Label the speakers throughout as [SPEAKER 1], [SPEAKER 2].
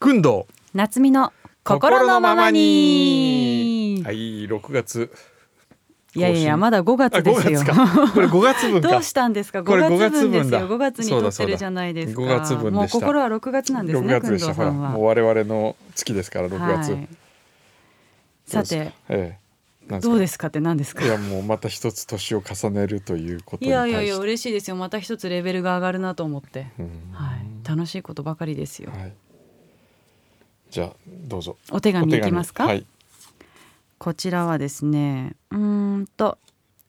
[SPEAKER 1] 運動
[SPEAKER 2] 夏美の心のままに。
[SPEAKER 1] はい6月
[SPEAKER 2] いやいや、まだ5
[SPEAKER 1] あ
[SPEAKER 2] 月です
[SPEAKER 1] 5
[SPEAKER 2] よ
[SPEAKER 1] 月。かこれ5月分
[SPEAKER 2] ど
[SPEAKER 1] か
[SPEAKER 2] うしたんですか。
[SPEAKER 1] これ
[SPEAKER 2] 5月
[SPEAKER 1] 5月
[SPEAKER 2] 分で
[SPEAKER 1] 分
[SPEAKER 2] す
[SPEAKER 1] だ
[SPEAKER 2] よ。5月に
[SPEAKER 1] そう
[SPEAKER 2] 撮
[SPEAKER 1] だ
[SPEAKER 2] ってるじゃないですか。
[SPEAKER 1] そうだ5月分でした
[SPEAKER 2] もう心は6月なんです
[SPEAKER 1] 6
[SPEAKER 2] ね。
[SPEAKER 1] 月でした
[SPEAKER 2] 工藤
[SPEAKER 1] ほ
[SPEAKER 2] さ
[SPEAKER 1] ら
[SPEAKER 2] んは
[SPEAKER 1] もう我々の月ですから6月、
[SPEAKER 2] はいさ
[SPEAKER 1] どうです
[SPEAKER 2] て
[SPEAKER 1] か、ええなん
[SPEAKER 2] どうですすかって何です
[SPEAKER 1] か
[SPEAKER 2] か
[SPEAKER 1] い。やもうまた一つ年を重ねるということ
[SPEAKER 2] い
[SPEAKER 1] に対
[SPEAKER 2] や
[SPEAKER 1] して
[SPEAKER 2] いやいや、嬉しいですよ。また一つレベルが上がるなと思って。はい、楽しいことばかりですよ
[SPEAKER 1] うん。はいじゃあどうぞ
[SPEAKER 2] お手紙いきますか。
[SPEAKER 1] はい
[SPEAKER 2] こちらはですね、うーんと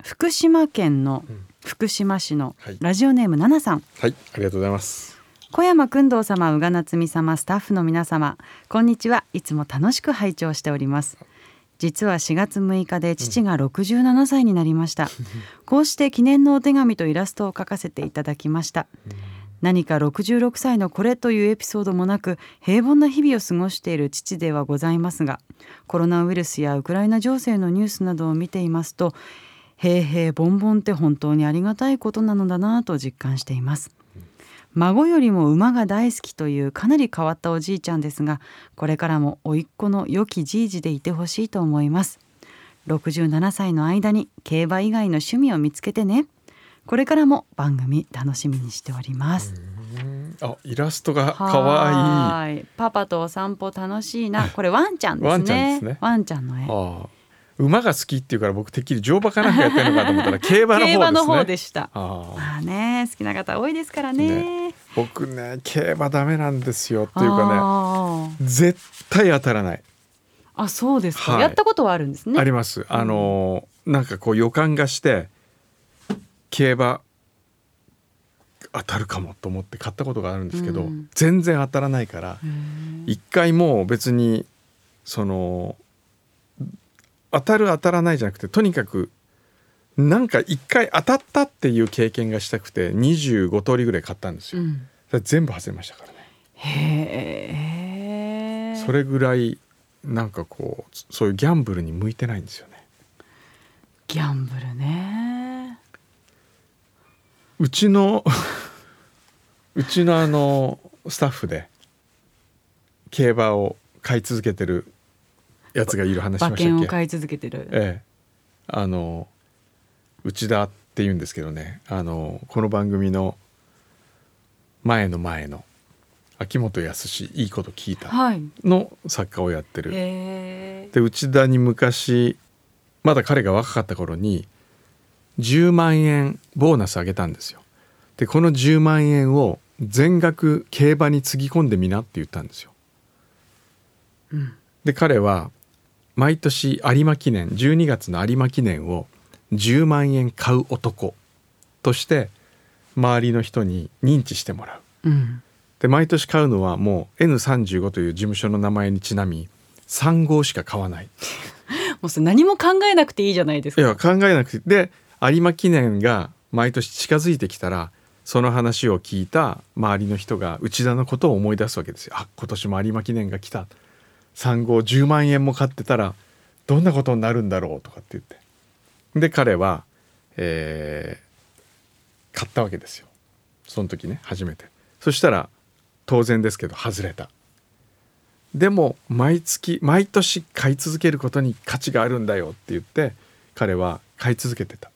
[SPEAKER 2] 福島県の
[SPEAKER 1] うん
[SPEAKER 2] 福島市の
[SPEAKER 1] はい
[SPEAKER 2] ラジオネームナナさん。
[SPEAKER 1] はいありがとうございます
[SPEAKER 2] 小山君堂様宇賀夏美様スタッフの皆様こんにちはいつも楽しく拝聴しております実は4月6日で父が67歳になりました、こうして記念のお手紙とイラストを書かせていただきました何か66歳のこれというエピソードもなく平凡な日々を過ごしている父ではございますがコロナウイルスやウクライナ情勢のニュースなどを見ていますと平平凡凡って本当にありがたいことなのだなぁと実感しています孫よりも馬が大好きというかなり変わったおじいちゃんですがこれからも甥っ子の良きじいじでいてほしいと思います67歳の間に競馬以外の趣味を見つけてねこれからも番組楽しみにしております
[SPEAKER 1] あイラストが可愛い
[SPEAKER 2] はーいパパとお散歩楽しいなこれワンちゃんで
[SPEAKER 1] ワ
[SPEAKER 2] すね
[SPEAKER 1] ンちゃんですね
[SPEAKER 2] ワンちゃんの絵
[SPEAKER 1] ああ馬が好きっていうから僕てっきり乗馬かなんかやってるのかと思ったら競馬の方ですね
[SPEAKER 2] 競馬の方でした
[SPEAKER 1] ああ
[SPEAKER 2] まあね好きな方多いですからね
[SPEAKER 1] 僕ね競馬ダメなんですよっていうか
[SPEAKER 2] あー
[SPEAKER 1] ね絶対当たらない、
[SPEAKER 2] あそうですか、
[SPEAKER 1] はい
[SPEAKER 2] やったことはあるんですね
[SPEAKER 1] ありますあのーなんかこう予感がして競馬当たるかもと思って買ったことがあるんですけど、
[SPEAKER 2] うん
[SPEAKER 1] 全然当たらないから
[SPEAKER 2] へー
[SPEAKER 1] 一回もう別にその当たる当たらないじゃなくてとにかくなんか一回当たったっていう経験がしたくて25通りぐらい買ったんです
[SPEAKER 2] う
[SPEAKER 1] よ、
[SPEAKER 2] ん
[SPEAKER 1] それ全部外れましたからね、
[SPEAKER 2] へえ。
[SPEAKER 1] それぐらいなんかこうそそういうギャンブルに向いてないんですよね
[SPEAKER 2] ギャンブルね。
[SPEAKER 1] うちの うちのあのスタッフで競馬を買い続けてるやつがいる話し
[SPEAKER 2] 馬
[SPEAKER 1] ました
[SPEAKER 2] 券
[SPEAKER 1] っ
[SPEAKER 2] を
[SPEAKER 1] け
[SPEAKER 2] 買い続けてる。
[SPEAKER 1] ええ、あの内田って言うんですけどねあのこの番組の前の前の秋元康いいこと聞いた
[SPEAKER 2] はい。
[SPEAKER 1] の作家をやってる、
[SPEAKER 2] へえ。
[SPEAKER 1] で内田に昔まだ彼が若かった頃に10万円ボーナスあげたんですよでこの10万円を全額競馬につぎ込んでみなって言ったんですよ
[SPEAKER 2] うん。
[SPEAKER 1] で彼は毎年有馬記念12月の有馬記念を10万円買う男として周りの人に認知してもらう
[SPEAKER 2] うん。
[SPEAKER 1] で毎年買うのはもう N35 という事務所の名前にちなみ3号しか買わない
[SPEAKER 2] もうそれ何も考えなくていいじゃないです
[SPEAKER 1] い
[SPEAKER 2] か。
[SPEAKER 1] や考えなくてで有馬記念が毎年近づいてきたらその話を聞いた周りの人が内田のことを思い出すわけですよあ今年も有馬記念が来た3号10万円も買ってたらどんなことになるんだろうとかって言ってで彼は、えー買ったわけですよその時ね初めてそしたら当然ですけど外れたでも毎月毎年買い続けることに価値があるんだよって言って彼は買い続けてた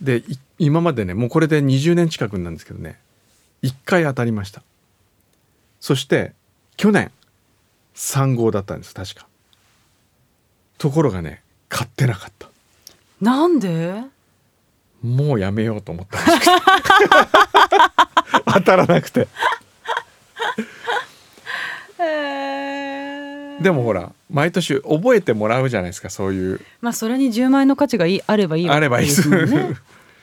[SPEAKER 1] でい今までねもうこれで20年近くなんですけどね1回当たりましたそして去年3号だったんです確かところがね買ってなかった
[SPEAKER 2] なんで？
[SPEAKER 1] もうやめようと思ったらしく て当たらなくて
[SPEAKER 2] へえ。
[SPEAKER 1] でもほら毎年覚えてもらうじゃないですかそういう
[SPEAKER 2] まあそれに10万円の価値がいいあればいいわけ
[SPEAKER 1] あればいいです、
[SPEAKER 2] もんね。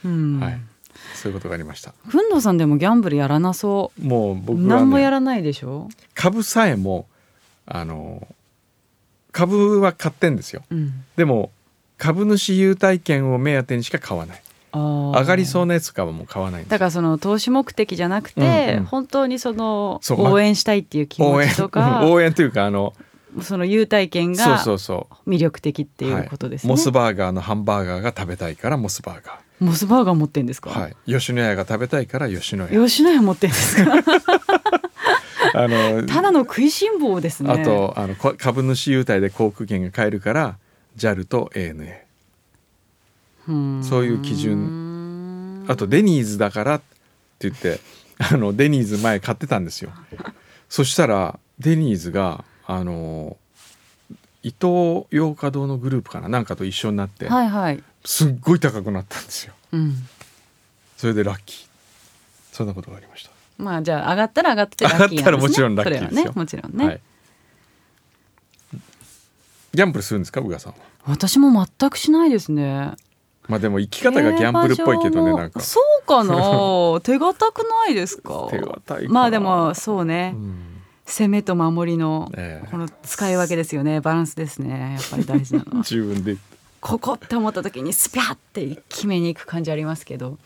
[SPEAKER 2] うん。
[SPEAKER 1] はいそういうことがありました
[SPEAKER 2] ふんどうさんでもギャンブルやらなそう。
[SPEAKER 1] もう僕は、
[SPEAKER 2] 何もや
[SPEAKER 1] ね、
[SPEAKER 2] らないでしょ。
[SPEAKER 1] 株さえもあの株は買ってんですよ
[SPEAKER 2] うん。
[SPEAKER 1] でも株主優待券を目当てにしか買わない
[SPEAKER 2] ああ。
[SPEAKER 1] 上がりそうなやつとかはもう買わないんです
[SPEAKER 2] だ
[SPEAKER 1] よ
[SPEAKER 2] からその投資目的じゃなくて、
[SPEAKER 1] うんうん
[SPEAKER 2] 本当にその
[SPEAKER 1] そうま
[SPEAKER 2] 応援したいっていう気
[SPEAKER 1] 応
[SPEAKER 2] 持
[SPEAKER 1] 援
[SPEAKER 2] ちとか
[SPEAKER 1] 応援と いうかあの
[SPEAKER 2] その優待券
[SPEAKER 1] そう
[SPEAKER 2] が
[SPEAKER 1] そうそう
[SPEAKER 2] 魅力的っていうことですね、
[SPEAKER 1] はい、モスバーガーのハンバーガーが食べたいからモスバーガ
[SPEAKER 2] モスバーガー持ってんです か、
[SPEAKER 1] ー、はい、吉野家が食べたいから吉野家
[SPEAKER 2] 吉野家持ってんですか
[SPEAKER 1] あの
[SPEAKER 2] ただの食いしん坊ですね
[SPEAKER 1] あとあのこ株主優待で航空券が買えるから JAL と ANA そういう基
[SPEAKER 2] 準
[SPEAKER 1] あとデニーズだからって言ってあのデニーズ前買ってたんです よそしたらデニーズがあの伊東洋華堂のグループかななんかと一緒になって、
[SPEAKER 2] はいはい、
[SPEAKER 1] すっごい高くなったんですよ
[SPEAKER 2] うん、
[SPEAKER 1] それでラッキーそんなことがありました
[SPEAKER 2] まあじゃあ上がったら上がってラッキーなんで
[SPEAKER 1] 上が
[SPEAKER 2] す、ね、
[SPEAKER 1] ったらもちろんラッキーですよ
[SPEAKER 2] それはねもちろんね、
[SPEAKER 1] はい、ギャンブルするんですか宇賀さんは
[SPEAKER 2] 私も全くしないですね
[SPEAKER 1] まあでも生き方がギャンブルっぽいけど
[SPEAKER 2] 競馬
[SPEAKER 1] ね
[SPEAKER 2] 場も
[SPEAKER 1] なんか
[SPEAKER 2] そう かな手堅くないですか
[SPEAKER 1] 手堅いかな
[SPEAKER 2] まあでもそうね、
[SPEAKER 1] うん
[SPEAKER 2] 攻めと守りの
[SPEAKER 1] ええ
[SPEAKER 2] この使い分けですよねバランスですねやっぱり大事なのは
[SPEAKER 1] 自分で
[SPEAKER 2] ここって思った時にスピャって一気めに行く感じありますけど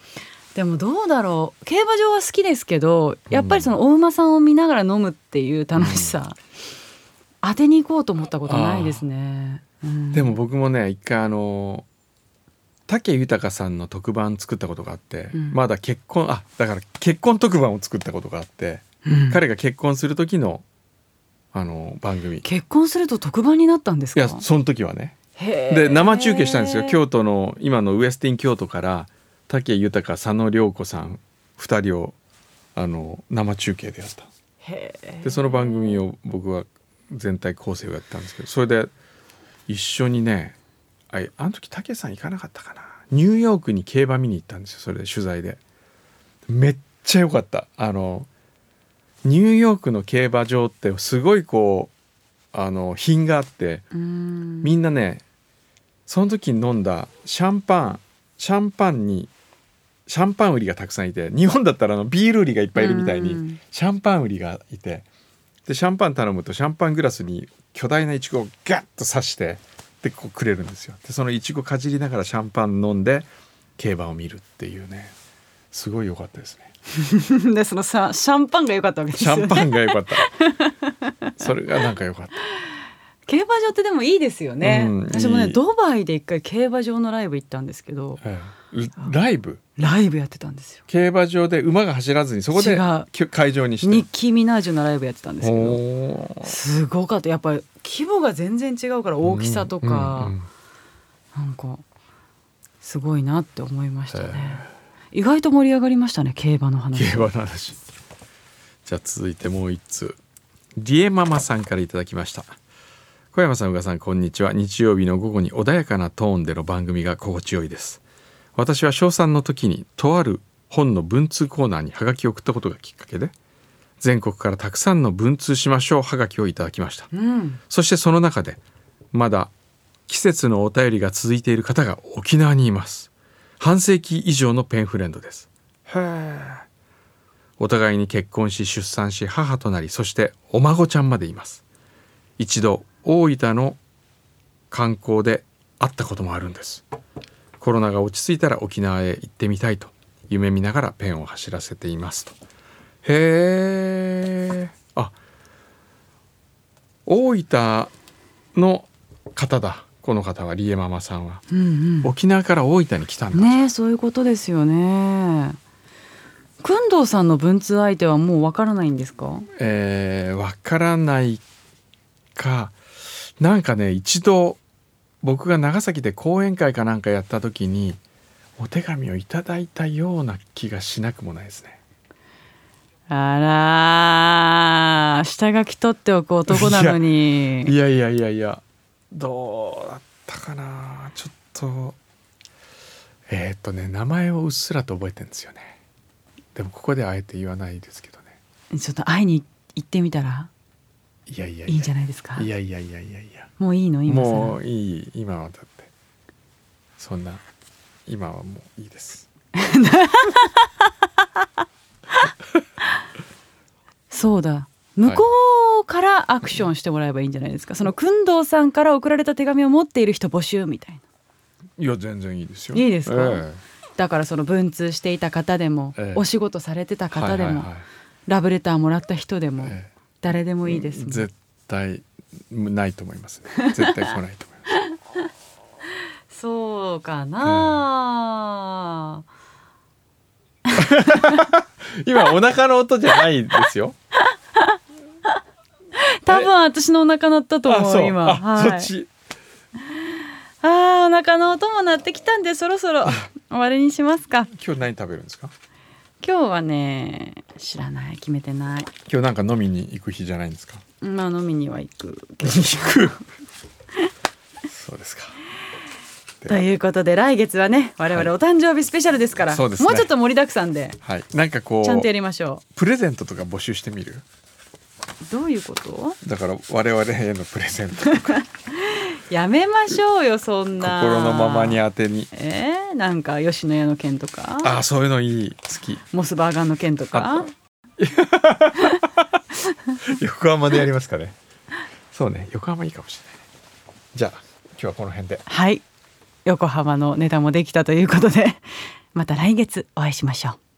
[SPEAKER 2] でもどうだろう競馬場は好きですけどやっぱりそのお馬さんを見ながら飲むっていう楽しさ、当てに行こうと思ったことないですね、うん
[SPEAKER 1] でも僕もね一回あの武豊さんの特番作ったことがあって、
[SPEAKER 2] うん
[SPEAKER 1] まだ結婚あだから結婚特番を作ったことがあって、
[SPEAKER 2] うん
[SPEAKER 1] 彼が結婚する時のあの番組い
[SPEAKER 2] 結婚すると特番になったんですか
[SPEAKER 1] やその時はね
[SPEAKER 2] へー
[SPEAKER 1] で生中継したんですよ京都の今のウエスティン京都から武豊佐野涼子さん2人をあの生中継でやった
[SPEAKER 2] へー
[SPEAKER 1] でその番組を僕は全体構成をやったんですけどそれで一緒にねあいあの時武さん行かなかったかなニューヨークに競馬見に行ったんですよそれで取材でめっちゃ良かったあのニューヨークの競馬場ってすごいこうあの品があって
[SPEAKER 2] うん
[SPEAKER 1] みんなねその時に飲んだシャンパンシャンパンにシャンパン売りがたくさんいて日本だったらあのビール売りがいっぱいいるみたいに、
[SPEAKER 2] うん
[SPEAKER 1] シャンパン売りがいてでシャンパン頼むとシャンパングラスに巨大なイチゴをガッと刺してでこうくれるんですよでそのイチゴかじりながらシャンパン飲んで競馬を見るっていうねすごい良かったです ね
[SPEAKER 2] でそのさシャンパンが良かったわけです
[SPEAKER 1] シ
[SPEAKER 2] よ
[SPEAKER 1] ャ
[SPEAKER 2] ね
[SPEAKER 1] ンパンが良かったそれがなんか良かった
[SPEAKER 2] 競馬場ってでもいいですよね、
[SPEAKER 1] うん
[SPEAKER 2] 私もね
[SPEAKER 1] いい
[SPEAKER 2] ドバイで一回競馬場のライブ行ったんですけど
[SPEAKER 1] ええライブ
[SPEAKER 2] ライブやってたんですよ
[SPEAKER 1] 競馬場で馬が走らずにそこ
[SPEAKER 2] 違
[SPEAKER 1] で
[SPEAKER 2] う
[SPEAKER 1] きゅ会場にして
[SPEAKER 2] ニッキー・ミナージュのライブやってたんですけど
[SPEAKER 1] おー
[SPEAKER 2] すごかったやっぱり規模が全然違うから大きさとか、
[SPEAKER 1] うんうんうん
[SPEAKER 2] なんかすごいなって思いましたね、意外と盛り上がりましたね競馬の話
[SPEAKER 1] 競馬の話じゃあ続いてもう一通リエママさんからいただきました小山さん宇賀さんこんにちは日曜日の午後に穏やかなトーンでの番組が心地よいです私は小3の時にとある本の文通コーナーにハガキを送ったことがきっかけで全国からたくさんの文通しましょうハガキをいただきました
[SPEAKER 2] うん
[SPEAKER 1] そしてその中でまだ季節のお便りが続いている方が沖縄にいます半世紀以上のペンフレンドですお互いに結婚し出産し母となりそしてお孫ちゃんまでいます一度大分の観光で会ったこともあるんですコロナが落ち着いたら沖縄へ行ってみたいと夢見ながらペンを走らせていますとへえあ大分の方だこの方はリエママさんは
[SPEAKER 2] うん
[SPEAKER 1] 沖縄から大分に来たんだ、
[SPEAKER 2] うんねえそういうことですよねくんどうさんの文通相手はもうわからないんですか
[SPEAKER 1] えー、わからないかなんかね一度僕が長崎で講演会かなんかやった時にお手紙をいただいたような気がしなくもないですね。
[SPEAKER 2] あらー下書き取っておく男なのに
[SPEAKER 1] いやいやいやいやどうだったかなちょっとえーっとね名前をうっすらと覚えてんですよね。でもここではあえて言わないですけどね。
[SPEAKER 2] ちょっと会いに行ってみたら
[SPEAKER 1] いやいや
[SPEAKER 2] いいんじゃ
[SPEAKER 1] な
[SPEAKER 2] ないですか
[SPEAKER 1] いやいやいやいやいや。
[SPEAKER 2] もういいの今更
[SPEAKER 1] もういい今はだってそんな今はもういいです
[SPEAKER 2] そうだ向こうからアクションしてもらえばいいんじゃないですか、そのくんどうさんから送られた手紙を持っている人募集みたいない
[SPEAKER 1] や全然いいですよ
[SPEAKER 2] いいですか
[SPEAKER 1] え
[SPEAKER 2] だからその文通していた方でも、
[SPEAKER 1] ええ
[SPEAKER 2] お仕事されてた
[SPEAKER 1] え
[SPEAKER 2] 方でも、
[SPEAKER 1] はいはいはい
[SPEAKER 2] ラブレターもらった人でも、
[SPEAKER 1] ええ
[SPEAKER 2] 誰でもいいです、
[SPEAKER 1] 絶対ないと思い ますね絶対来ないと思います
[SPEAKER 2] そうかな、
[SPEAKER 1] 今お腹の音じゃないですよ
[SPEAKER 2] 分私のお腹鳴ったと
[SPEAKER 1] あ
[SPEAKER 2] 思
[SPEAKER 1] そうう
[SPEAKER 2] 今
[SPEAKER 1] あ、
[SPEAKER 2] はい、
[SPEAKER 1] そっち
[SPEAKER 2] あーお腹の音も鳴ってきたんでそろそろ終わりにしますか
[SPEAKER 1] 今日何食べるんですか
[SPEAKER 2] 今日はね知らない決めてない
[SPEAKER 1] 今日なんか飲みに行く日じゃないんですか
[SPEAKER 2] まあ飲みには行く
[SPEAKER 1] 行くそうですか
[SPEAKER 2] ということで来月はね我々お誕生日スペシャルですから、
[SPEAKER 1] そうですね
[SPEAKER 2] もうちょっと盛りだくさんで
[SPEAKER 1] はいなんかこ
[SPEAKER 2] ちゃんとや
[SPEAKER 1] う
[SPEAKER 2] りましょ
[SPEAKER 1] プレゼントとか募集してみる
[SPEAKER 2] うどういうこと
[SPEAKER 1] だから我々へのプレゼント心
[SPEAKER 2] やめましょうよそんな
[SPEAKER 1] のままに当てに
[SPEAKER 2] えー、なんか吉野家の件とか
[SPEAKER 1] ああそういうのいい好き
[SPEAKER 2] モスバーガーの件とか
[SPEAKER 1] 横浜でやりますかねそうね横浜いいかもしれないじゃあ今日はこの辺で
[SPEAKER 2] はい横浜のネタもできたということでまた来月お会いしましょう